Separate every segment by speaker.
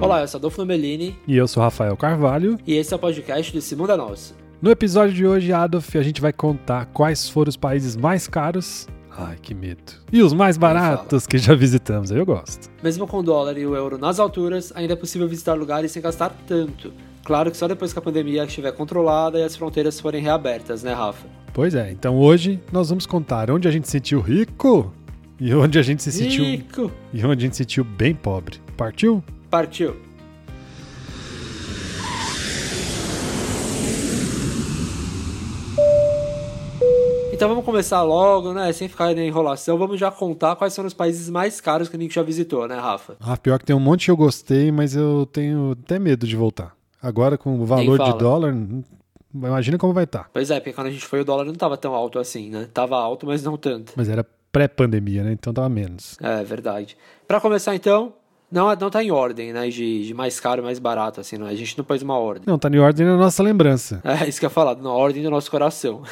Speaker 1: Olá, eu sou Adolfo Nomelini
Speaker 2: E eu sou Rafael Carvalho.
Speaker 1: e esse é o podcast do Segunda Nossa.
Speaker 2: No episódio de hoje, Adolf, a gente vai contar quais foram os países mais caros. Ai, que medo. E os mais baratos que já visitamos. Eu gosto.
Speaker 1: Mesmo com o dólar e o euro nas alturas, ainda é possível visitar lugares sem gastar tanto. Claro que só depois que a pandemia estiver controlada e as fronteiras forem reabertas, né, Rafa?
Speaker 2: Pois é, então hoje nós vamos contar onde a gente se sentiu rico e onde a gente se sentiu
Speaker 1: Rico!
Speaker 2: e onde a gente se sentiu bem pobre. Partiu?
Speaker 1: Partiu! Então vamos começar logo, né? Sem ficar na enrolação, vamos já contar quais foram os países mais caros que a gente já visitou, né, Rafa?
Speaker 2: Ah, pior que tem um monte que eu gostei, mas eu tenho até medo de voltar. Agora com o valor de
Speaker 1: fala.
Speaker 2: dólar, imagina como vai tá. estar.
Speaker 1: Pois é, porque quando a gente foi o dólar não tava tão alto assim, né? Tava alto, mas não tanto.
Speaker 2: Mas era pré-pandemia, né? Então tava menos.
Speaker 1: É verdade. Pra começar então, não, não tá em ordem, né? De, de mais caro, mais barato, assim, não é? A gente não pôs uma ordem.
Speaker 2: Não, tá em ordem na nossa lembrança.
Speaker 1: É isso que eu ia falar, na ordem do nosso coração.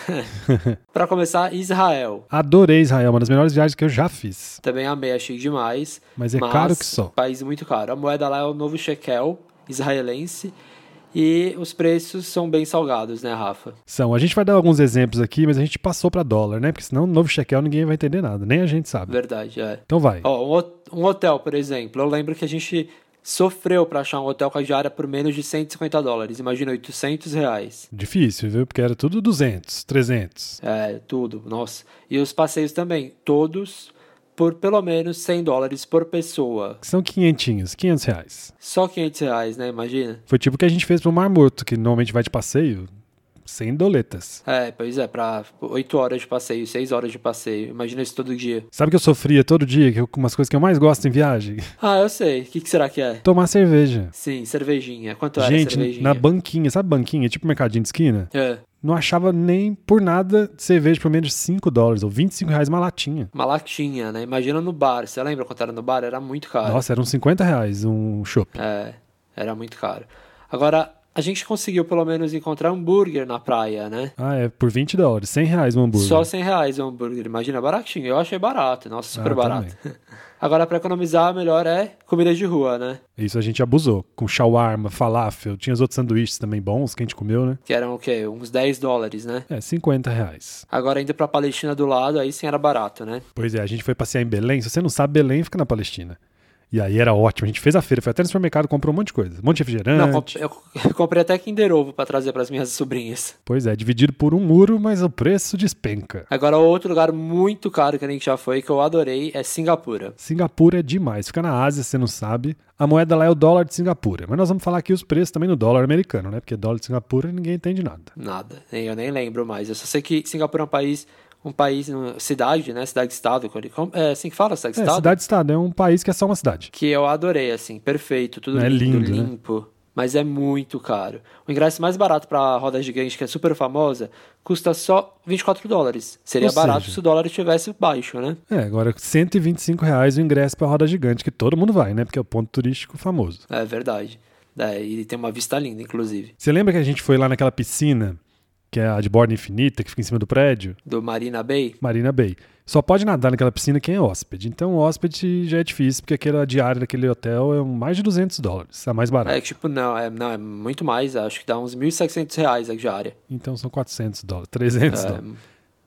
Speaker 1: Pra começar, Israel.
Speaker 2: Adorei Israel, uma das melhores viagens que eu já fiz.
Speaker 1: Também amei, achei demais.
Speaker 2: Mas é caro que só.
Speaker 1: País muito caro. A moeda lá é o novo shekel israelense. E os preços são bem salgados, né, Rafa?
Speaker 2: São, a gente vai dar alguns exemplos aqui, mas a gente passou pra dólar, né? Porque senão, novo chequeal, ninguém vai entender nada, nem a gente sabe.
Speaker 1: Verdade, é.
Speaker 2: Então vai.
Speaker 1: Ó, um ho- um hotel, por exemplo, eu lembro que a gente sofreu pra achar um hotel com a diária por menos de 150 dólares. Imagina, 800 reais.
Speaker 2: Difícil, viu? Porque era tudo 200, 300.
Speaker 1: É, tudo, nossa. E os passeios também, todos por pelo menos 100 dólares por pessoa.
Speaker 2: Que são quinhentinhos, 500 reais.
Speaker 1: Só 500 reais, né? Imagina.
Speaker 2: Foi tipo o que a gente fez pro Mar Morto, que normalmente vai de passeio sem doletas.
Speaker 1: É, pois é, pra 8 horas de passeio, 6 horas de passeio. Imagina isso todo dia.
Speaker 2: Sabe que eu sofria todo dia, que eu, umas coisas que eu mais gosto em viagem?
Speaker 1: Ah, eu sei. O que, que será que é?
Speaker 2: Tomar cerveja.
Speaker 1: Sim, cervejinha. Quanto era a
Speaker 2: Gente,
Speaker 1: cervejinha?
Speaker 2: na banquinha, sabe banquinha, tipo mercadinho de esquina?
Speaker 1: É,
Speaker 2: Não achava nem por nada cerveja por menos de 5 dólares ou 25 reais uma latinha.
Speaker 1: uma latinha, né? Imagina no bar. Você lembra quanto era no bar? Era muito caro.
Speaker 2: Nossa, eram 50 reais um chopp.
Speaker 1: É, era muito caro. Agora, a gente conseguiu pelo menos encontrar hambúrguer na praia, né?
Speaker 2: Ah, é, por 20 dólares, 100 reais um hambúrguer.
Speaker 1: Só 100 reais o hambúrguer, imagina, baratinho. Eu achei barato, nossa, super
Speaker 2: Ah,
Speaker 1: barato. Agora, pra economizar, melhor é comida de rua, né?
Speaker 2: Isso a gente abusou, com shawarma, falafel, tinha os outros sanduíches também bons que a gente comeu, né?
Speaker 1: Que eram o quê? Uns 10 dólares, né?
Speaker 2: É, 50 reais.
Speaker 1: Agora, indo pra Palestina do lado, aí sim era barato, né?
Speaker 2: Pois é, a gente foi passear em Belém, se você não sabe, Belém fica na Palestina. E aí era ótimo, a gente fez a feira, foi até no supermercado, comprou um monte de coisa, um monte de refrigerante.
Speaker 1: Não, comp- eu eu comprei até Kinder Ovo pra trazer pras minhas sobrinhas.
Speaker 2: Pois é, dividido por um muro, mas o preço despenca.
Speaker 1: Agora, outro lugar muito caro que a gente já foi, que eu adorei, é Singapura.
Speaker 2: Singapura é demais. Fica na Ásia, você não sabe. A moeda lá é o dólar de Singapura. Mas nós vamos falar aqui os preços também no dólar americano, né? Porque dólar de Singapura ninguém entende nada.
Speaker 1: Nada, nem- eu nem lembro mais. Eu só sei que Singapura é um país, um país, uma cidade, né? Cidade-estado. como- É assim que fala,
Speaker 2: É,
Speaker 1: cidade-estado?
Speaker 2: cidade-estado é um país que é só uma cidade.
Speaker 1: que eu adorei, assim, perfeito, tudo
Speaker 2: É
Speaker 1: lindo,
Speaker 2: lindo, né?
Speaker 1: limpo, mas é muito caro. O ingresso mais barato para a roda gigante, que é super famosa, custa só 24 dólares. Seria
Speaker 2: Ou
Speaker 1: barato
Speaker 2: seja-
Speaker 1: se o dólar estivesse baixo, né?
Speaker 2: É, agora R$ 125 reais o ingresso pra roda gigante, que todo mundo vai, né? Porque é o ponto turístico famoso.
Speaker 1: É verdade. É, e tem uma vista linda, inclusive,
Speaker 2: Você lembra que a gente foi lá naquela piscina, que é a de borda infinita, que fica em cima do prédio?
Speaker 1: do Marina Bay.
Speaker 2: Marina Bay. Só pode nadar naquela piscina quem é hóspede. Então, hóspede já é difícil, porque aquela diária daquele hotel é mais de 200 dólares, a mais barata.
Speaker 1: É tipo, não, é, não, é muito mais, acho que dá uns 1.700 reais a diária.
Speaker 2: Então são 400 dólares, 300
Speaker 1: É,
Speaker 2: dólares.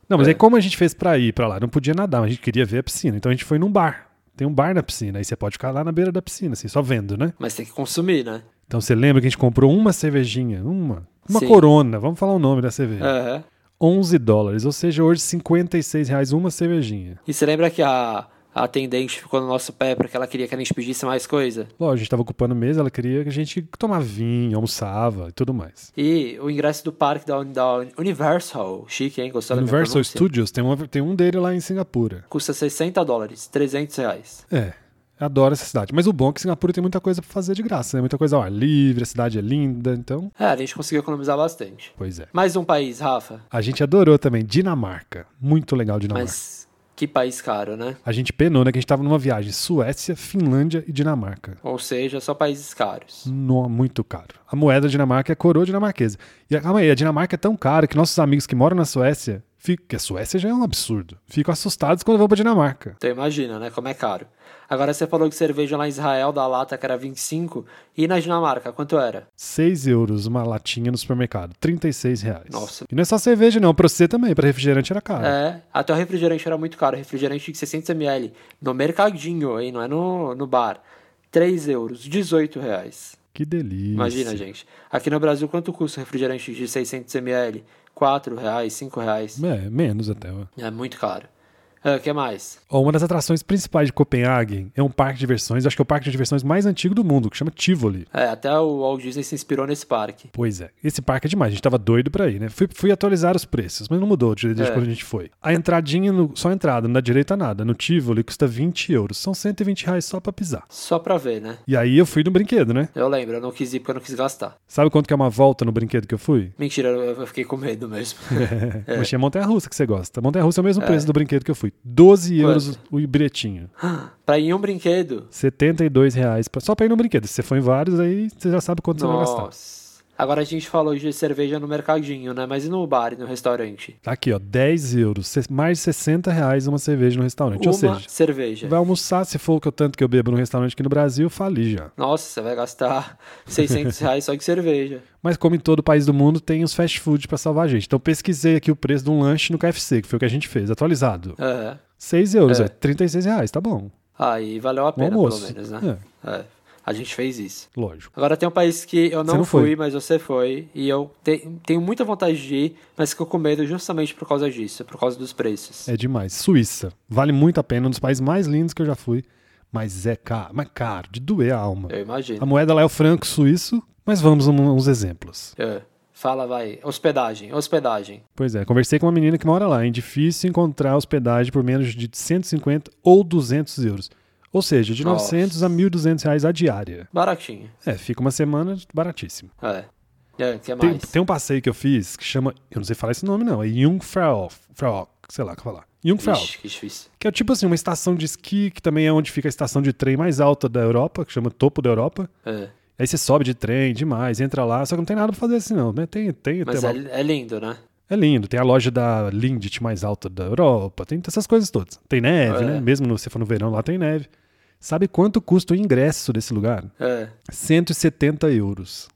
Speaker 2: Não, mas
Speaker 1: é.
Speaker 2: aí como a gente fez pra ir pra lá? Não podia nadar, mas a gente queria ver a piscina. Então a gente foi num bar. Tem um bar na piscina, aí você pode ficar lá na beira da piscina, assim, só vendo, né?
Speaker 1: Mas tem que consumir, né?
Speaker 2: Então você lembra que a gente comprou uma cervejinha, uma, uma
Speaker 1: Sim. É.
Speaker 2: corona, vamos falar o nome da cerveja.
Speaker 1: Aham.
Speaker 2: 11 dólares, ou seja, hoje 56 reais uma cervejinha.
Speaker 1: E você lembra que a, a atendente ficou no nosso pé porque ela queria que a gente pedisse mais coisa?
Speaker 2: Lógico, a gente tava ocupando mesa, ela queria que a gente tomava vinho, almoçava e tudo mais.
Speaker 1: E o ingresso do parque da, da Universal, chique, hein? Gostou da minha
Speaker 2: Universal
Speaker 1: pronúncia?
Speaker 2: Studios, tem, uma, tem um dele lá em Singapura.
Speaker 1: Custa 60 dólares, 300 reais.
Speaker 2: É, adoro essa cidade. Mas o bom é que Singapura tem muita coisa pra fazer de graça, né? Muita coisa ao ar livre, a cidade é linda, então.
Speaker 1: É, a gente conseguiu economizar bastante.
Speaker 2: Pois é.
Speaker 1: Mais um país, Rafa.
Speaker 2: A gente adorou também Dinamarca. Muito legal Dinamarca.
Speaker 1: Mas que país caro, né?
Speaker 2: A gente penou, né? Que a gente tava numa viagem Suécia, Finlândia e Dinamarca.
Speaker 1: Ou seja, só países caros.
Speaker 2: No, muito caro. A moeda da Dinamarca é a coroa dinamarquesa. E calma aí, a Dinamarca é tão cara que nossos amigos que moram na Suécia Fico, que a Suécia já é um absurdo. Ficam assustados quando vão pra Dinamarca.
Speaker 1: Então imagina, né? Como é caro. Agora você falou que cerveja lá em Israel da lata que era 25 e na Dinamarca, quanto era?
Speaker 2: 6 euros uma latinha no supermercado, 36 reais.
Speaker 1: Nossa.
Speaker 2: E não é só cerveja, não, pra você também, pra refrigerante era caro.
Speaker 1: É, até o refrigerante era muito caro. Refrigerante de 600ml no mercadinho, hein? Não é no, no bar. 3 euros, 18 reais.
Speaker 2: Que delícia.
Speaker 1: Imagina, gente. Aqui no Brasil, quanto custa um refrigerante de 600ml? 4 reais, 5 reais.
Speaker 2: É, menos até. ó.
Speaker 1: É muito caro. É, O que mais?
Speaker 2: Ó, uma das atrações principais de Copenhague é um parque de diversões, acho que é o parque de diversões mais antigo do mundo, que chama Tivoli.
Speaker 1: É, até o Walt Disney se inspirou nesse parque.
Speaker 2: Pois é, esse parque é demais, a gente tava doido pra ir, né? Fui, fui atualizar os preços, mas não mudou de- desde
Speaker 1: É.
Speaker 2: quando a gente foi. A entradinha, no- só a entrada, não dá direito a nada, no Tivoli custa 20 euros, são 120 reais só pra pisar.
Speaker 1: Só pra ver, né?
Speaker 2: E aí eu fui no brinquedo, né?
Speaker 1: Eu lembro, eu não quis ir porque eu não quis gastar.
Speaker 2: Sabe quanto que é uma volta no brinquedo que eu fui?
Speaker 1: Mentira, eu eu fiquei com medo mesmo. É.
Speaker 2: Mas tinha Montanha Russa que você gosta. Montanha Russa é o mesmo preço do brinquedo que eu fui. 12 euros o bilhetinho.
Speaker 1: pra ir em um brinquedo.
Speaker 2: 72 reais pra- só pra ir no brinquedo. Se você for em vários, aí você já sabe quanto você vai gastar.
Speaker 1: Nossa. Agora a gente falou de cerveja no mercadinho, né? Mas e no bar e no restaurante?
Speaker 2: Tá aqui, ó. 10 euros. se- Mais de 60 reais uma cerveja no restaurante.
Speaker 1: Uma
Speaker 2: Ou seja,
Speaker 1: cerveja.
Speaker 2: vai almoçar, se for o que eu tanto que eu bebo no restaurante aqui no Brasil, fali já.
Speaker 1: Nossa, você vai gastar 600 reais só de cerveja.
Speaker 2: Mas como em todo país do mundo, tem os fast food pra salvar a gente. Então pesquisei aqui o preço de um lanche no KFC, que foi o que a gente fez, atualizado.
Speaker 1: É.
Speaker 2: 6 euros,
Speaker 1: É.
Speaker 2: é. 36 reais, tá bom.
Speaker 1: Aí valeu a
Speaker 2: Um
Speaker 1: pena, pelo
Speaker 2: almoço.
Speaker 1: menos, né?
Speaker 2: É,
Speaker 1: É. A gente fez isso.
Speaker 2: lógico.
Speaker 1: Agora tem um país que eu não,
Speaker 2: não
Speaker 1: fui,
Speaker 2: foi.
Speaker 1: mas você foi, e eu te- tenho muita vontade de ir, mas fico com medo justamente por causa disso, por causa dos preços.
Speaker 2: É demais. Suíça. Vale muito a pena, um dos países mais lindos que eu já fui. Mas é caro, mas caro, de doer a alma.
Speaker 1: Eu imagino.
Speaker 2: A moeda lá é o franco suíço, mas vamos a um- uns exemplos.
Speaker 1: É. Fala, vai. Hospedagem, hospedagem.
Speaker 2: Pois é, conversei com uma menina que mora lá. É difícil encontrar hospedagem por menos de 150 ou 200 euros. Ou seja, de
Speaker 1: Nossa.
Speaker 2: 900 a 1.200 reais a diária.
Speaker 1: Baratinho.
Speaker 2: É, fica uma semana baratíssimo.
Speaker 1: É. É, o que
Speaker 2: Tem,
Speaker 1: mais?
Speaker 2: tem um passeio que eu fiz que chama... Eu não sei falar esse nome, não. É Jungfrau, Frau, sei lá o que falar. Jungfrau.
Speaker 1: Ixi, que difícil.
Speaker 2: Que é tipo assim, uma estação de esqui, que também é onde fica a estação de trem mais alta da Europa, que chama Topo da Europa.
Speaker 1: É.
Speaker 2: Aí você sobe de trem demais, entra lá, só que não tem nada pra fazer assim não, né? Tem, tem,
Speaker 1: Mas
Speaker 2: tem
Speaker 1: é,
Speaker 2: uma-
Speaker 1: é lindo, né?
Speaker 2: é lindo, tem a loja da Lindt mais alta da Europa, tem essas coisas todas. Tem neve,
Speaker 1: É.
Speaker 2: né? Mesmo no- se for no verão lá tem neve. Sabe quanto custa o ingresso desse lugar?
Speaker 1: É.
Speaker 2: 170 euros.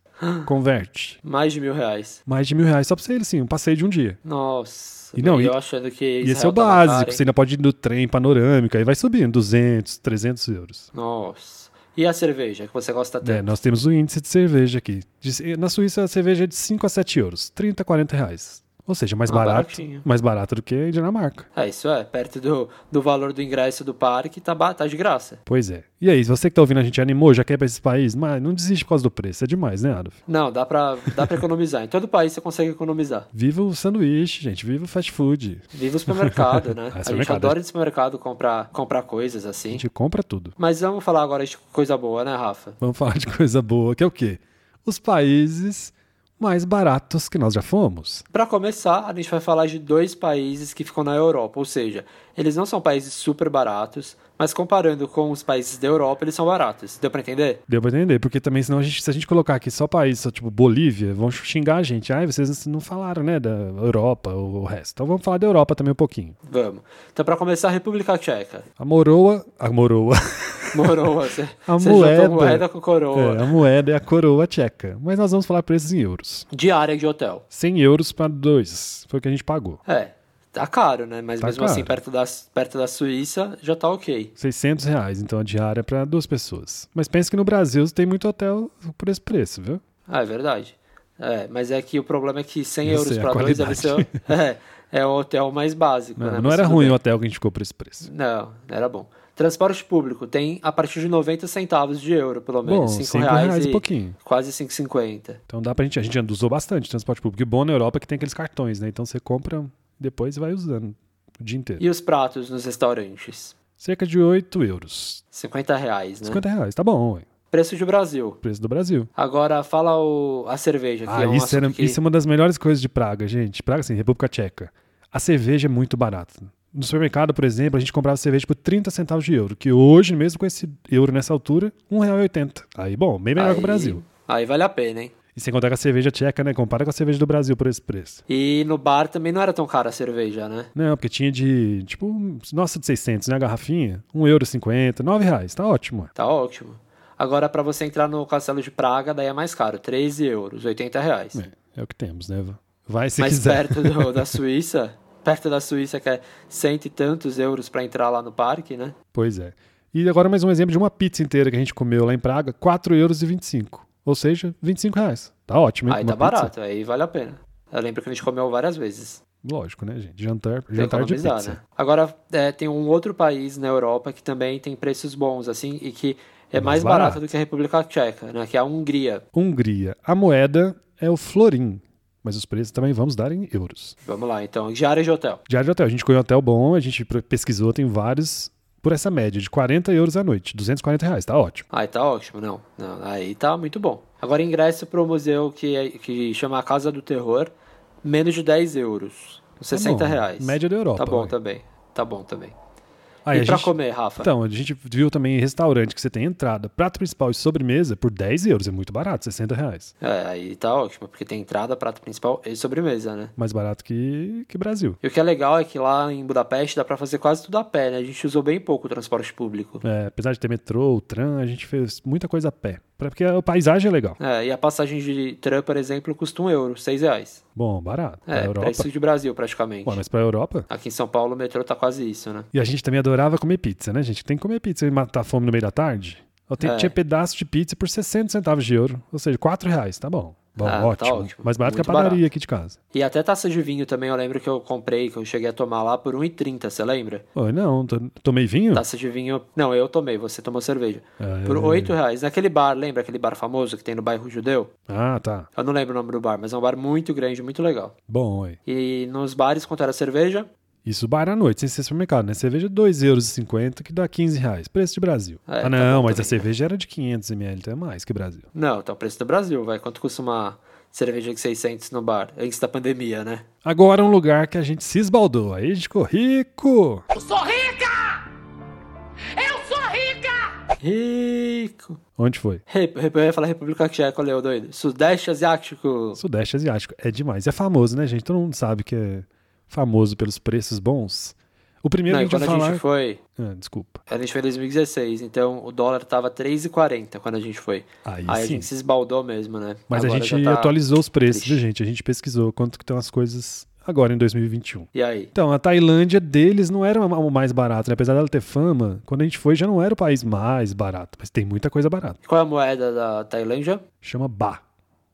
Speaker 2: Converte.
Speaker 1: Mais de mil reais.
Speaker 2: Mais de mil reais só pra você ir assim, um passeio de um dia.
Speaker 1: Nossa.
Speaker 2: E não,
Speaker 1: eu
Speaker 2: e-
Speaker 1: achando que. tá
Speaker 2: E esse é o básico, você ainda pode ir no trem panorâmico, aí vai subindo, 200, 300 euros.
Speaker 1: Nossa. E a cerveja, que você gosta tanto?
Speaker 2: É, nós temos o índice de cerveja aqui. De- na Suíça, a cerveja é de 5 a 7 euros, 30 a 40 reais. Ou seja, mais
Speaker 1: Ah,
Speaker 2: barato,
Speaker 1: baratinho.
Speaker 2: mais barato do que em Dinamarca.
Speaker 1: É, isso é. Perto do, do valor do ingresso do parque, tá, ba- tá de graça.
Speaker 2: Pois é. E aí, se você que tá ouvindo a gente animou, já quer ir pra esses países, mas não desiste por causa do preço, é demais, né, Adolf?
Speaker 1: Não, dá pra, dá pra economizar. Em todo país você consegue economizar.
Speaker 2: Viva o sanduíche, gente, viva o fast food.
Speaker 1: Viva o supermercado, né? a
Speaker 2: Ah,
Speaker 1: gente
Speaker 2: supermercado,
Speaker 1: adora ir no supermercado comprar, comprar coisas
Speaker 2: A
Speaker 1: assim.
Speaker 2: gente compra tudo.
Speaker 1: Mas vamos falar agora de coisa boa, né, Rafa?
Speaker 2: Vamos falar de coisa boa, que é o quê? Os países mais baratos que nós já fomos.
Speaker 1: Pra começar, a gente vai falar de dois países que ficam na Europa, ou seja, eles não são países super baratos, mas comparando com os países da Europa, eles são baratos. Deu pra entender?
Speaker 2: Deu pra entender, porque também, senão, a gente, se a gente colocar aqui só país, só tipo Bolívia, vão xingar a gente. Ai, vocês não falaram, né, da Europa ou o resto. Então vamos falar da Europa também um pouquinho.
Speaker 1: Vamos. Então, pra começar, a República Tcheca.
Speaker 2: A moroa. A moroa.
Speaker 1: Moroa, você,
Speaker 2: A
Speaker 1: você juntou
Speaker 2: moeda.
Speaker 1: moeda com coroa.
Speaker 2: É, a moeda é a coroa tcheca. Mas nós vamos falar preços em euros.
Speaker 1: Diária de hotel.
Speaker 2: 100 euros pra dois. Foi o que a gente pagou.
Speaker 1: É, tá caro, né? Mas
Speaker 2: Tá
Speaker 1: mesmo assim,
Speaker 2: caro.
Speaker 1: perto da, perto da Suíça, já tá ok.
Speaker 2: 600 reais, então, a diária pra duas pessoas. Mas pensa que no Brasil tem muito hotel por esse preço, viu?
Speaker 1: Ah, é verdade. É, mas é que o problema é que 100
Speaker 2: Eu
Speaker 1: euros
Speaker 2: sei, a
Speaker 1: pra dois deve ser.
Speaker 2: qualidade.
Speaker 1: É, é o hotel mais básico, né?
Speaker 2: Não, é não
Speaker 1: Mas
Speaker 2: era
Speaker 1: tudo
Speaker 2: ruim
Speaker 1: bem.
Speaker 2: o hotel que a gente ficou por esse preço.
Speaker 1: Não, era bom. Transporte público tem a partir de 90 centavos de euro, pelo
Speaker 2: Bom,
Speaker 1: menos.
Speaker 2: 5
Speaker 1: cinco
Speaker 2: reais,
Speaker 1: reais
Speaker 2: e pouquinho.
Speaker 1: Quase 5,50.
Speaker 2: Então dá pra gente. A gente andou- usou bastante transporte público. E bom na Europa é que tem aqueles cartões, né? Então você compra depois e vai usando o dia inteiro.
Speaker 1: E os pratos nos restaurantes?
Speaker 2: Cerca de 8 euros.
Speaker 1: 50 reais, né?
Speaker 2: 50 reais, tá bom, ué.
Speaker 1: Preço de Brasil.
Speaker 2: Preço do Brasil.
Speaker 1: Agora fala o, a cerveja, que
Speaker 2: Ah,
Speaker 1: é um
Speaker 2: isso,
Speaker 1: assunto
Speaker 2: era-
Speaker 1: que...
Speaker 2: isso é uma das melhores coisas de Praga, gente. Praga, assim, República Tcheca. A cerveja é muito barata. No supermercado, por exemplo, a gente comprava cerveja por 30 centavos de euro, que hoje, um mesmo com esse euro nessa altura, R$1,80. Aí, bom, bem melhor que o
Speaker 1: Aí-
Speaker 2: Brasil.
Speaker 1: Aí vale a pena, hein?
Speaker 2: E E sem contar com a cerveja tcheca, né? Compara com a cerveja do Brasil por esse preço.
Speaker 1: E no bar também não era tão cara a cerveja, né?
Speaker 2: Não, porque tinha de, tipo, nossa, de 600, né? A garrafinha, 1,50€, 9 reais. Tá ótimo.
Speaker 1: Tá ótimo. Agora, para você entrar no Castelo de Praga, daí é mais caro, 13 euros, 80 reais.
Speaker 2: É, é o que temos, né? Vai se
Speaker 1: Mas
Speaker 2: quiser.
Speaker 1: perto do- da Suíça, perto da Suíça que é cento e tantos euros para entrar lá no parque, né?
Speaker 2: Pois é. E agora mais um exemplo de uma pizza inteira que a gente comeu lá em Praga, 4,25 euros. Ou seja, 25 reais. Tá ótimo, hein?
Speaker 1: Aí
Speaker 2: Uma
Speaker 1: tá
Speaker 2: pizza.
Speaker 1: barato, aí vale a pena. Eu lembro que a gente comeu várias vezes.
Speaker 2: Lógico, né, gente? Jantar,
Speaker 1: Pra
Speaker 2: jantar de
Speaker 1: economizar,
Speaker 2: pizza.
Speaker 1: né? Agora, é, tem um outro país na Europa que também tem preços bons, assim, e que é mais,
Speaker 2: Mais
Speaker 1: barato.
Speaker 2: barato.
Speaker 1: do que a República Tcheca, né? Que é a Hungria.
Speaker 2: Hungria. A moeda é o florim, mas os preços também vamos dar em euros.
Speaker 1: Vamos lá, então. Diária de hotel.
Speaker 2: Diário de hotel. A gente conheceu um hotel bom, a gente pre- pesquisou, tem vários por essa média de 40 euros à noite, 240 reais. Tá ótimo.
Speaker 1: Aí tá ótimo, não. não aí tá muito bom. Agora ingresso pro museu que, é- que chama a Casa do Terror, menos de 10 euros. uns 60
Speaker 2: Tá bom,
Speaker 1: reais.
Speaker 2: média da Europa,
Speaker 1: Tá bom
Speaker 2: vai.
Speaker 1: também. Tá bom também.
Speaker 2: Aí
Speaker 1: e
Speaker 2: a
Speaker 1: pra
Speaker 2: gente-
Speaker 1: comer, Rafa?
Speaker 2: Então, a gente viu também restaurante que você tem entrada, prato principal e sobremesa por 10 euros. É muito barato, 60 reais.
Speaker 1: É, aí tá ótimo, porque tem entrada, prato principal e sobremesa, né?
Speaker 2: Mais barato que, que Brasil.
Speaker 1: E o que é legal é que lá em Budapeste dá pra fazer quase tudo a pé, né? A gente usou bem pouco o transporte público.
Speaker 2: É, apesar de ter metrô, trem, a gente fez muita coisa a pé. Pra- Porque a paisagem é legal.
Speaker 1: É, e a passagem de tram, por exemplo, custa um euro, seis reais.
Speaker 2: Bom, barato. Pra
Speaker 1: É,
Speaker 2: Europa. né?
Speaker 1: preço de Brasil, praticamente.
Speaker 2: Bom, mas pra Europa.
Speaker 1: Aqui em São Paulo, o metrô tá quase isso, né?
Speaker 2: E a gente também adorava comer pizza, né, gente? Tem que comer pizza e matar a fome no meio da tarde. Eu tenho,
Speaker 1: É.
Speaker 2: Tinha pedaço de pizza por 60 centavos de euro. Ou seja, 4 reais. Tá bom. Bom,
Speaker 1: Ah, tá
Speaker 2: ótimo.
Speaker 1: ótimo.
Speaker 2: Mais barato que a
Speaker 1: Muito
Speaker 2: padaria
Speaker 1: barato.
Speaker 2: aqui de casa.
Speaker 1: E até taça de vinho também, eu lembro que eu comprei, que eu cheguei a tomar lá por 1,30, você lembra?
Speaker 2: Oi, não, to- tomei vinho?
Speaker 1: Taça de vinho. Não, eu tomei, você tomou cerveja.
Speaker 2: Hum. É.
Speaker 1: Tá. Por 8 reais. Naquele bar, lembra aquele bar famoso que tem no bairro judeu?
Speaker 2: Ah, tá.
Speaker 1: Eu não lembro o nome do bar, mas é um bar muito grande, muito legal.
Speaker 2: Bom, oi.
Speaker 1: E nos bares, quanto era a cerveja?
Speaker 2: Isso bar à noite, sem ser supermercado, né? Cerveja 2,50 euros, que dá 15 reais. Preço de Brasil.
Speaker 1: É,
Speaker 2: ah,
Speaker 1: tá
Speaker 2: não,
Speaker 1: bom
Speaker 2: mas a
Speaker 1: também,
Speaker 2: cerveja era de 500 ml, então é mais que Brasil.
Speaker 1: Não, tá o preço do Brasil, vai. Quanto custa uma cerveja de 600 no bar? Antes da pandemia, né?
Speaker 2: Agora um lugar que a gente se esbaldou. Aí a gente ficou rico.
Speaker 3: Eu sou rica! Eu sou rica!
Speaker 1: Rico.
Speaker 2: Onde foi?
Speaker 1: Rep- rep- eu ia falar República Tcheca, olha eu doido. Sudeste Asiático.
Speaker 2: Sudeste Asiático. É demais. É famoso, né, gente? Todo mundo sabe que é famoso pelos preços bons. O primeiro
Speaker 1: Não, e
Speaker 2: que a
Speaker 1: quando
Speaker 2: gente vai
Speaker 1: a
Speaker 2: falar...
Speaker 1: gente foi,
Speaker 2: Ah, desculpa.
Speaker 1: A gente foi em 2016, então o dólar tava 3,40 quando a gente foi.
Speaker 2: Aí
Speaker 1: a
Speaker 2: sim.
Speaker 1: gente se esbaldou mesmo, né?
Speaker 2: Mas
Speaker 1: Agora
Speaker 2: a
Speaker 1: já
Speaker 2: gente
Speaker 1: tá-
Speaker 2: atualizou os preços,
Speaker 1: triste.
Speaker 2: viu, gente? A gente pesquisou quanto que estão as coisas agora em 2021.
Speaker 1: E aí?
Speaker 2: Então, a Tailândia deles não era o mais barato, né? Apesar dela ter fama, quando a gente foi já não era o país mais barato, mas tem muita coisa barata.
Speaker 1: Qual é a moeda da Tailândia?
Speaker 2: Chama Ba.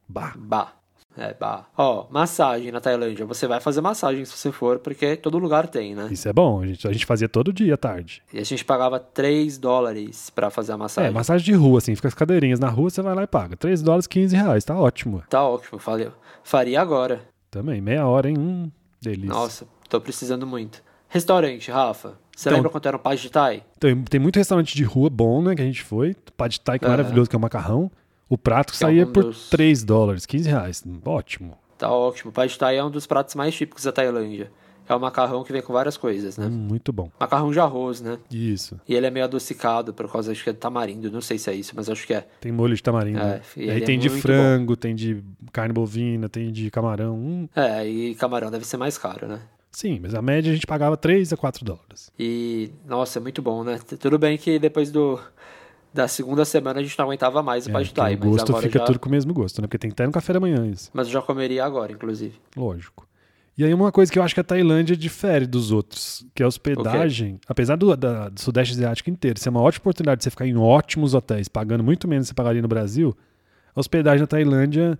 Speaker 2: Ba.
Speaker 1: Bah. É, bah. Ó, massagem na Tailândia. Você vai fazer massagem se você for, porque todo lugar tem, né?
Speaker 2: Isso é bom, a gente, a gente fazia todo dia à tarde.
Speaker 1: E a gente pagava 3 dólares pra fazer a
Speaker 2: É,
Speaker 1: massagem.
Speaker 2: massagem de rua, assim, fica as cadeirinhas na rua, você vai lá e paga. 3 dólares, 15 reais, tá ótimo.
Speaker 1: Tá ótimo, falei. Faria agora.
Speaker 2: Também, meia hora, hein? Hum, delícia.
Speaker 1: Nossa, tô precisando muito. Restaurante, Rafa. Você
Speaker 2: Então-
Speaker 1: lembra quanto era um pad de Thai?
Speaker 2: Então, tem muito restaurante de rua bom, né? Que a gente foi. Pad Thai, que é maravilhoso, que é o macarrão. O prato que
Speaker 1: Que é um
Speaker 2: saía por
Speaker 1: dos-
Speaker 2: 3 dólares, 15 reais. Ótimo.
Speaker 1: Tá ótimo. O pad de Thai é um dos pratos mais típicos da Tailândia. É um macarrão que vem com várias coisas, né?
Speaker 2: Hum, muito bom.
Speaker 1: Macarrão de arroz, né?
Speaker 2: Isso.
Speaker 1: E ele é meio adocicado por causa, acho que é tamarindo, não sei se é isso, mas acho que é.
Speaker 2: Tem molho de tamarindo.
Speaker 1: É,
Speaker 2: né?
Speaker 1: e
Speaker 2: aí
Speaker 1: ele é
Speaker 2: tem de
Speaker 1: muito
Speaker 2: frango, tem de carne bovina, tem de camarão. Hum,
Speaker 1: É, e camarão deve ser mais caro, né?
Speaker 2: sim, mas a média a gente pagava 3 a 4 dólares.
Speaker 1: E, nossa, é muito bom, né? T- Tudo bem que depois do da segunda semana a gente não aguentava mais o
Speaker 2: É,
Speaker 1: pad de thai,
Speaker 2: porque o
Speaker 1: mas
Speaker 2: gosto
Speaker 1: agora
Speaker 2: fica
Speaker 1: já,
Speaker 2: tudo com o mesmo gosto, né? Porque tem que estar no café da manhã isso.
Speaker 1: mas eu já comeria agora, inclusive.
Speaker 2: Lógico. E aí uma coisa que eu acho que a Tailândia difere dos outros, que é a hospedagem. Apesar do, da- do Sudeste Asiático inteiro ser uma ótima oportunidade de você ficar em ótimos hotéis, pagando muito menos do que você pagaria no Brasil, a hospedagem na Tailândia,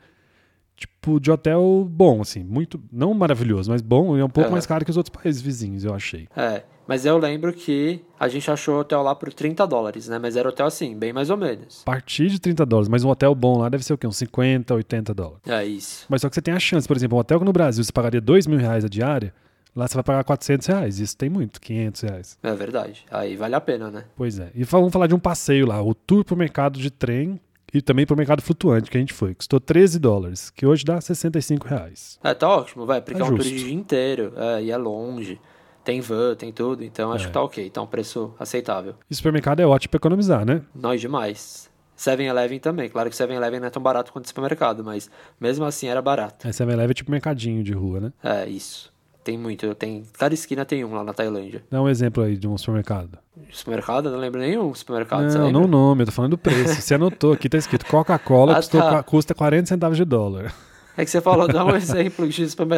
Speaker 2: tipo, de hotel bom, assim, muito, não maravilhoso, mas bom, e é um pouco
Speaker 1: É.
Speaker 2: mais caro que os outros países vizinhos, eu achei.
Speaker 1: É, mas eu lembro que a gente achou hotel lá por 30 dólares, né? Mas era hotel assim, bem mais ou menos.
Speaker 2: A partir de 30 dólares, mas um hotel bom lá deve ser o quê? Uns 50, 80 dólares.
Speaker 1: É isso.
Speaker 2: Mas só que você tem a chance, por exemplo, um hotel que no Brasil você pagaria 2 mil reais a diária, lá você vai pagar 400 reais, isso tem muito, 500 reais.
Speaker 1: É verdade. Aí vale a pena, né?
Speaker 2: Pois é. E fa- vamos falar de um passeio lá, o tour pro mercado de trem e também pro mercado flutuante que a gente foi. Custou 13 dólares, que hoje dá 65 reais.
Speaker 1: É, tá ótimo, vai, porque é
Speaker 2: Tá
Speaker 1: um tour
Speaker 2: justo.
Speaker 1: de dia inteiro, é, e é longe, tem van, tem tudo, então acho
Speaker 2: É.
Speaker 1: que tá ok, tá um preço aceitável.
Speaker 2: E supermercado é ótimo pra economizar, né?
Speaker 1: Nós demais. 7-Eleven também. Claro que 7-Eleven não é tão barato quanto o supermercado, mas mesmo assim era barato.
Speaker 2: Essa leve é tipo mercadinho de rua, né?
Speaker 1: É, isso. Tem muito. Tem, cada esquina tem um lá na Tailândia.
Speaker 2: Dá um exemplo aí de um supermercado.
Speaker 1: Supermercado? Eu Não lembro nenhum supermercado. você
Speaker 2: não,
Speaker 1: lembra?
Speaker 2: não o nome, eu tô falando do preço. Você anotou aqui, tá escrito Coca-Cola,
Speaker 1: Ah,
Speaker 2: custou-
Speaker 1: tá.
Speaker 2: custa 40 centavos de dólar.
Speaker 1: É que você falou, dá um exemplo de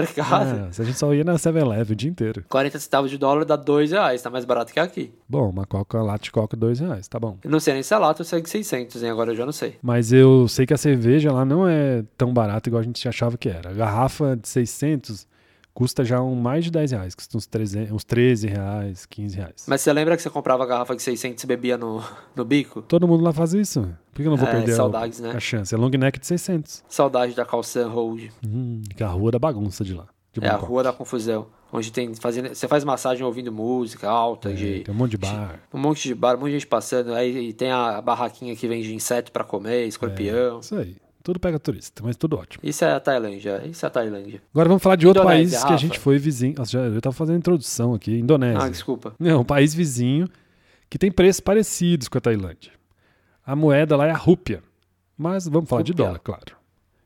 Speaker 1: supermercado.
Speaker 2: É, se a gente só ia na 7-Eleven o dia inteiro.
Speaker 1: 40 centavos de dólar dá 2 reais, tá mais barato que aqui.
Speaker 2: Bom, uma Coca, lata de Coca, dois reais, tá bom.
Speaker 1: Eu não sei nem se é lata ou se é de 600, hein? Agora eu já não sei.
Speaker 2: Mas eu sei que a cerveja lá não é tão barata igual a gente achava que era. A garrafa de 600 custa já um, mais de 10 reais, custa uns, 300, uns 13 reais, 15 reais.
Speaker 1: Mas você lembra que você comprava a garrafa de 600 e bebia no, no bico?
Speaker 2: Todo mundo lá faz isso. Por que eu não vou
Speaker 1: É,
Speaker 2: perder a-
Speaker 1: saudades, né?
Speaker 2: a chance? É long neck de 600.
Speaker 1: Saudade da Calçan Road.
Speaker 2: Hum, que é a rua da bagunça de lá. de
Speaker 1: É a
Speaker 2: Bangkok.
Speaker 1: rua da confusão. Onde tem. Fazendo, você faz massagem ouvindo música alta,
Speaker 2: É,
Speaker 1: de.
Speaker 2: Tem um monte de bar.
Speaker 1: Um monte de bar, um monte de gente passando. Aí tem a barraquinha que vende inseto pra comer, escorpião.
Speaker 2: Isso aí. Tudo pega turista, mas tudo ótimo.
Speaker 1: Isso é a Tailândia. Isso é a Tailândia.
Speaker 2: Agora vamos falar de outro
Speaker 1: Indonésia,
Speaker 2: país que a
Speaker 1: Rafa.
Speaker 2: gente foi vizinho. Nossa, já- eu tava fazendo introdução aqui. Indonésia.
Speaker 1: Ah, desculpa.
Speaker 2: Não, um país vizinho que tem preços parecidos com a Tailândia. A moeda lá é a rúpia. Mas vamos falar de
Speaker 1: Rúpia.
Speaker 2: dólar, claro.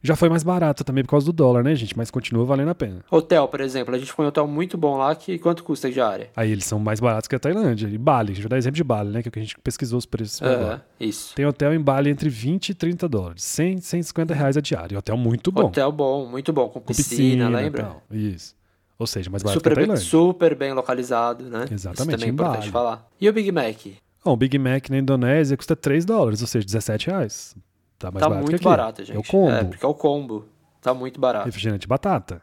Speaker 2: Já foi mais barato também por causa do dólar, né, gente? Mas continua valendo a pena.
Speaker 1: Hotel, por exemplo. A gente foi em um hotel muito bom lá que quanto custa de área?
Speaker 2: Aí eles são mais baratos que a Tailândia. E Bali, a gente vai dar exemplo de Bali, né? Que é o que a gente pesquisou os preços. pra
Speaker 1: Aham,
Speaker 2: agora.
Speaker 1: isso.
Speaker 2: Tem hotel em Bali entre 20 e 30 dólares. 100, 150 reais a diária. Hotel muito bom.
Speaker 1: Hotel bom, muito bom, com
Speaker 2: Com
Speaker 1: piscina, lembra?
Speaker 2: tal. Isso. Ou seja, mais barato
Speaker 1: Super
Speaker 2: que a
Speaker 1: bem,
Speaker 2: Tailândia.
Speaker 1: super bem localizado, né? Isso
Speaker 2: Exatamente,
Speaker 1: também é
Speaker 2: em
Speaker 1: importante
Speaker 2: Bali.
Speaker 1: falar. E o Big Mac?
Speaker 2: Bom, o Big Mac na Indonésia custa 3 dólares, ou seja, 17 reais. Tá mais
Speaker 1: tá
Speaker 2: barato que
Speaker 1: muito
Speaker 2: aqui.
Speaker 1: barato, gente.
Speaker 2: É o combo.
Speaker 1: É, porque é o combo. Tá muito barato.
Speaker 2: Refrigerante de batata.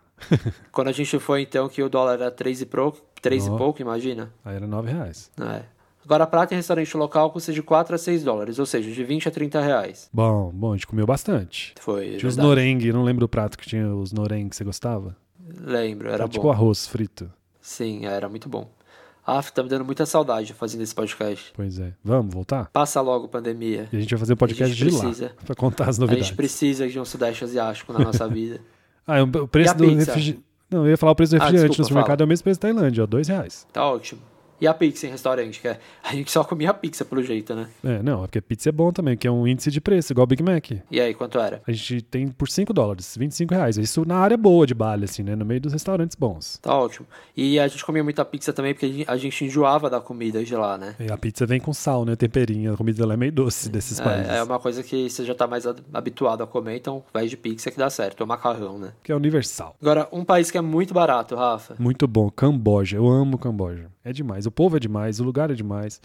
Speaker 1: Quando a gente foi, então, que o dólar era 3 e, pro, 3 e
Speaker 2: Ó.
Speaker 1: pouco, imagina.
Speaker 2: Aí era 9 reais.
Speaker 1: É. Agora, a prata em restaurante local custa de 4 a 6 dólares, ou seja, de 20 a 30 reais.
Speaker 2: Bom, bom, a gente comeu bastante.
Speaker 1: Foi,
Speaker 2: Tinha os
Speaker 1: É verdade.
Speaker 2: norengue, não lembro o prato que tinha os norengue, você gostava?
Speaker 1: lembro, era bom.
Speaker 2: tipo arroz frito.
Speaker 1: Sim, é, era muito bom. Aff, tá me dando muita saudade fazendo esse podcast.
Speaker 2: Pois é. Vamos voltar?
Speaker 1: Passa logo, pandemia.
Speaker 2: E a gente vai fazer o podcast de
Speaker 1: precisa.
Speaker 2: lá, pra contar as
Speaker 1: A
Speaker 2: novidades.
Speaker 1: gente precisa de um sudeste asiático na nossa vida.
Speaker 2: Ah, o preço
Speaker 1: E a
Speaker 2: do
Speaker 1: pizza?
Speaker 2: refrigerante... Não, eu ia falar o preço do
Speaker 1: Ah,
Speaker 2: refrigerante
Speaker 1: desculpa,
Speaker 2: no supermercado
Speaker 1: fala.
Speaker 2: é o mesmo preço da Tailândia, ó, 2 reais.
Speaker 1: Tá ótimo. E a pizza em restaurante, que é- a gente só comia pizza pelo jeito, né?
Speaker 2: É, não, é porque pizza é bom também, que é um índice de preço, igual o Big Mac.
Speaker 1: E aí, quanto era?
Speaker 2: A gente tem por 5 dólares, 25 reais. Isso na área boa de Bali, assim, né? No meio dos restaurantes bons.
Speaker 1: Tá ótimo. E a gente comia muita pizza também, porque a gente- a gente enjoava da comida de lá, né?
Speaker 2: E a pizza vem com sal, né? Temperinho. A comida lá é meio doce desses países.
Speaker 1: É, é uma coisa que você já tá mais ad- habituado a comer, então vai de pizza que dá certo. É macarrão, né?
Speaker 2: Que é universal.
Speaker 1: Agora, um país que é muito barato, Rafa.
Speaker 2: Muito bom. Camboja. Eu amo Camboja. É demais. O povo é demais. O lugar é demais.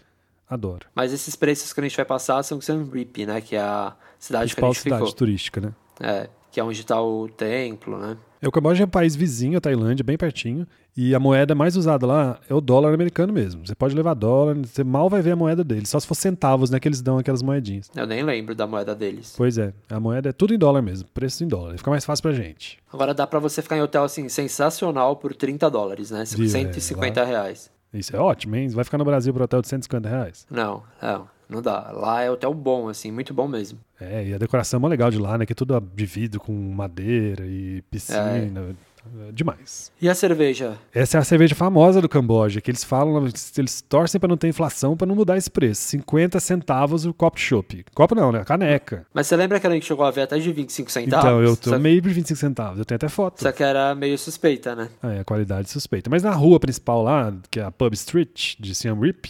Speaker 2: Adoro.
Speaker 1: Mas esses preços que a gente vai passar são Siem Reap, né? Que é a cidade que a
Speaker 2: Principal
Speaker 1: gente
Speaker 2: cidade
Speaker 1: ficou.
Speaker 2: turística, né?
Speaker 1: É, que é onde tá o templo, né?
Speaker 2: É, O Camboja é um país vizinho à Tailândia, bem pertinho. E a moeda mais usada lá é o dólar americano mesmo. Você pode levar dólar, você mal vai ver a moeda deles. Só se for centavos, né? Que eles dão aquelas moedinhas.
Speaker 1: Eu nem lembro da moeda deles.
Speaker 2: Pois é. A moeda é tudo em dólar mesmo. Preço em dólar. Fica mais fácil pra gente.
Speaker 1: Agora dá pra você ficar em hotel assim, sensacional por 30 dólares, né?
Speaker 2: Viu, é,
Speaker 1: 150 reais.
Speaker 2: Isso é ótimo, hein? Você vai ficar no Brasil por hotel de 150 reais.
Speaker 1: Não, não, não dá. Lá é hotel bom, assim, muito bom mesmo.
Speaker 2: É, e a decoração é mó legal de lá, né? Que é tudo de vidro com madeira e piscina. É Demais.
Speaker 1: E a cerveja?
Speaker 2: Essa é a cerveja famosa do Camboja, que eles falam, eles torcem pra não ter inflação, pra não mudar esse preço. 50 centavos o copo de chopp. Copo não, né? Caneca.
Speaker 1: Mas você lembra que a gente chegou a ver até de 25 centavos?
Speaker 2: Então, eu tô
Speaker 1: Só-
Speaker 2: meio por 25 centavos. Eu tenho até foto.
Speaker 1: Só que era meio suspeita, né?
Speaker 2: Ah, é, a qualidade suspeita. Mas na rua principal lá, que é a Pub Street de Siem Reap,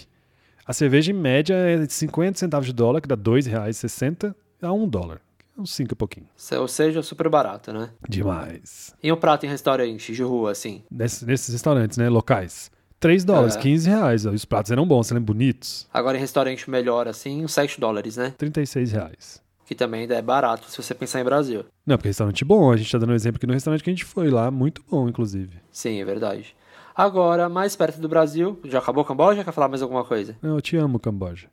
Speaker 2: a cerveja em média é de 50 centavos de dólar, que dá R$ 2,60 a 1 dólar. É Uns 5 e pouquinho.
Speaker 1: Se- Ou seja, super barato, né?
Speaker 2: Demais.
Speaker 1: E um prato em restaurante de rua, assim.
Speaker 2: Nesses, nesses restaurantes, né, locais. 3 dólares,
Speaker 1: É.
Speaker 2: 15 reais. ó, e Os pratos eram bons, eram bonitos.
Speaker 1: Agora em restaurante melhor, assim, uns 7 dólares, né?
Speaker 2: 36 reais.
Speaker 1: Que também ainda é barato se você pensar em Brasil.
Speaker 2: Não, porque restaurante bom. A gente tá dando um exemplo aqui no restaurante que a gente foi lá. Muito bom, inclusive.
Speaker 1: Sim, é verdade. Agora, mais perto do Brasil, já acabou o Camboja? Quer falar mais alguma coisa?
Speaker 2: Não, eu te amo, Camboja.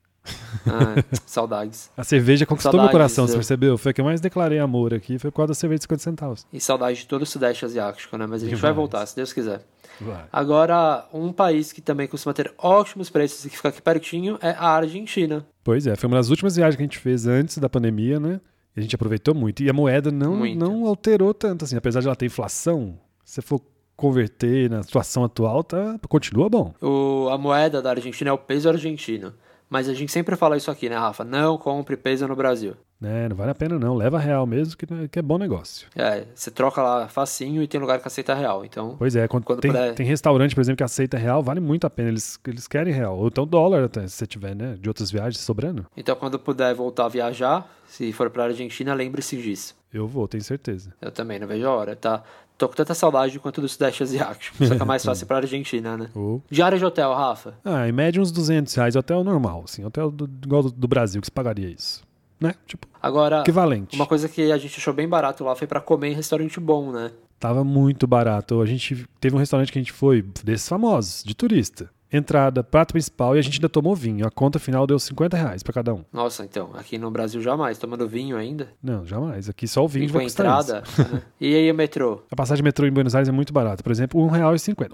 Speaker 1: Ah, saudades.
Speaker 2: A cerveja conquistou meu
Speaker 1: Saudades,
Speaker 2: coração, você
Speaker 1: eu-
Speaker 2: percebeu? Foi a que eu mais declarei amor aqui. Foi por causa da cerveja de 50 centavos.
Speaker 1: E saudades de todo o Sudeste Asiático, né? Mas a gente vai
Speaker 2: Demais.
Speaker 1: voltar, se Deus quiser.
Speaker 2: Vai.
Speaker 1: Agora, um país que também costuma ter ótimos preços e que fica aqui pertinho é a Argentina.
Speaker 2: Pois é, foi uma das últimas viagens que a gente fez antes da pandemia, né? E a gente aproveitou muito. E a moeda não,
Speaker 1: Muito.
Speaker 2: não alterou tanto, assim. Apesar de ela ter inflação, se você for converter na situação atual, tá, continua bom.
Speaker 1: O, a moeda da Argentina é o peso argentino. Mas a gente sempre fala isso aqui, né, Rafa? Não compre peso no Brasil.
Speaker 2: É, não vale a pena não. Leva real mesmo, que, que é bom negócio.
Speaker 1: É, você troca lá facinho e tem lugar que aceita real. Então,
Speaker 2: Pois é, quando,
Speaker 1: Quando
Speaker 2: tem,
Speaker 1: puder.
Speaker 2: tem restaurante, por exemplo, que aceita real, vale muito a pena. Eles, eles querem real. Ou então dólar até, se você tiver, né? De outras viagens sobrando.
Speaker 1: então quando puder voltar a viajar, se for pra Argentina, lembre-se disso.
Speaker 2: Eu vou, tenho certeza.
Speaker 1: Eu também não vejo a hora, tá? Tô com tanta saudade quanto do Sudeste Asiático. Só que é mais fácil pra Argentina, né?
Speaker 2: Ou...
Speaker 1: Diária de hotel, Rafa.
Speaker 2: Ah, em média uns 200 reais, hotel normal, assim. Hotel do, igual do, do Brasil, que se pagaria isso. Né? Tipo,
Speaker 1: Agora,
Speaker 2: equivalente.
Speaker 1: Ah, uma coisa que a gente achou bem barato lá foi pra comer em restaurante bom, né?
Speaker 2: Tava muito barato. A gente teve um restaurante que a gente foi, desses famosos, de turista. Entrada, prato principal e a gente ainda tomou vinho. A conta final deu 50 reais pra cada um.
Speaker 1: Nossa, então, aqui no Brasil jamais, tomando vinho ainda.
Speaker 2: Não, jamais. Aqui só o vinho
Speaker 1: E com
Speaker 2: vai
Speaker 1: a
Speaker 2: custar isso.
Speaker 1: entrada. né? e aí, o metrô?
Speaker 2: A passagem de metrô em Buenos Aires é muito barata. Por exemplo, R$1,50.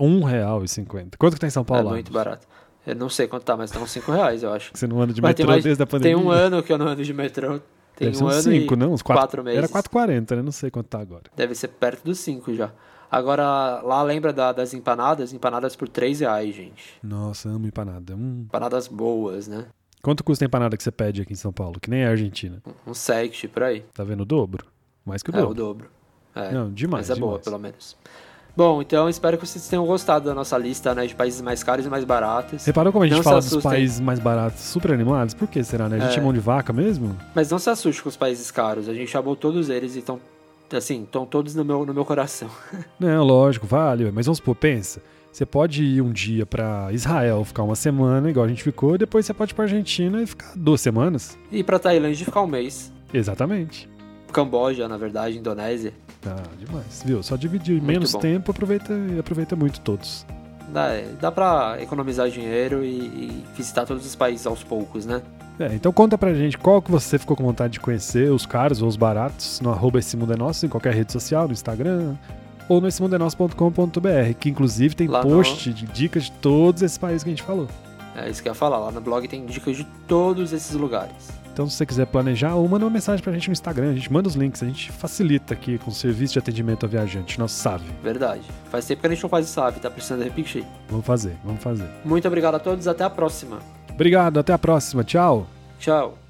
Speaker 2: R$1,50. Quanto que tá em São
Speaker 1: É
Speaker 2: Paulo?
Speaker 1: muito barato. Eu não sei quanto tá, mas tá uns 5 reais, eu acho.
Speaker 2: Você não anda de
Speaker 1: Mas
Speaker 2: metrô
Speaker 1: mais-
Speaker 2: desde a pandemia?
Speaker 1: Tem um ano que eu não ando de metrô. Tem
Speaker 2: Deve ser
Speaker 1: um
Speaker 2: uns
Speaker 1: ano
Speaker 2: cinco,
Speaker 1: e
Speaker 2: não? Uns
Speaker 1: quatro,
Speaker 2: quatro,
Speaker 1: meses.
Speaker 2: Era 4,40, né? Não sei quanto tá agora.
Speaker 1: Deve ser perto dos 5 já. Agora, lá lembra da- das empanadas? Empanadas por 3 reais, gente.
Speaker 2: Nossa, amo empanada. Hum.
Speaker 1: Empanadas boas, né?
Speaker 2: Quanto custa a empanada que você pede aqui em São Paulo? Que nem é a Argentina.
Speaker 1: Um sete por aí.
Speaker 2: Tá vendo o dobro? Mais que o
Speaker 1: é, o
Speaker 2: dobro.
Speaker 1: dobro. É,
Speaker 2: Não, demais,
Speaker 1: Mas é boa,
Speaker 2: demais.
Speaker 1: pelo menos. Bom, então espero que vocês tenham gostado da nossa lista né, de países mais caros e mais baratos.
Speaker 2: Reparou como a gente
Speaker 1: Não se
Speaker 2: fala dos
Speaker 1: assustem.
Speaker 2: países mais baratos super animados? Por que será, né? A gente é, mão de vaca mesmo?
Speaker 1: Mas não se assuste com os países caros. A gente chamou todos eles e estão, assim, estão todos no meu, no meu coração.
Speaker 2: Não, lógico, vale. ué. Mas vamos supor, pensa. Você pode ir um dia pra Israel, ficar uma semana, igual a gente ficou, e depois você pode ir pra Argentina e ficar duas semanas.
Speaker 1: E pra Tailândia ficar um mês.
Speaker 2: Exatamente.
Speaker 1: Camboja, na verdade, Indonésia.
Speaker 2: Ah, demais, viu? Só dividir menos
Speaker 1: bom.
Speaker 2: tempo aproveita, aproveita muito todos.
Speaker 1: Dá, é, dá pra economizar dinheiro e, e visitar todos os países aos poucos, né?
Speaker 2: É, então conta pra gente qual que você ficou com vontade de conhecer, os caros ou os baratos, no arroba esse mundo é nosso, em qualquer rede social, no Instagram, ou no esse mundo é nosso.com.br, que inclusive tem
Speaker 1: Lá no-
Speaker 2: post de dicas de todos esses países que a gente falou.
Speaker 1: É isso que eu ia falar. Lá no blog tem dicas de todos esses lugares.
Speaker 2: Então, se você quiser planejar, ou manda uma mensagem pra gente no Instagram, a gente manda os links, a gente facilita aqui com o serviço de atendimento ao viajante, nosso SAV.
Speaker 1: Verdade. Faz tempo que a gente não faz isso, sabe? Tá precisando repetir.
Speaker 2: Vamos fazer, vamos fazer.
Speaker 1: Muito obrigado a todos. Até a próxima.
Speaker 2: Obrigado, até a próxima, tchau!
Speaker 1: Tchau.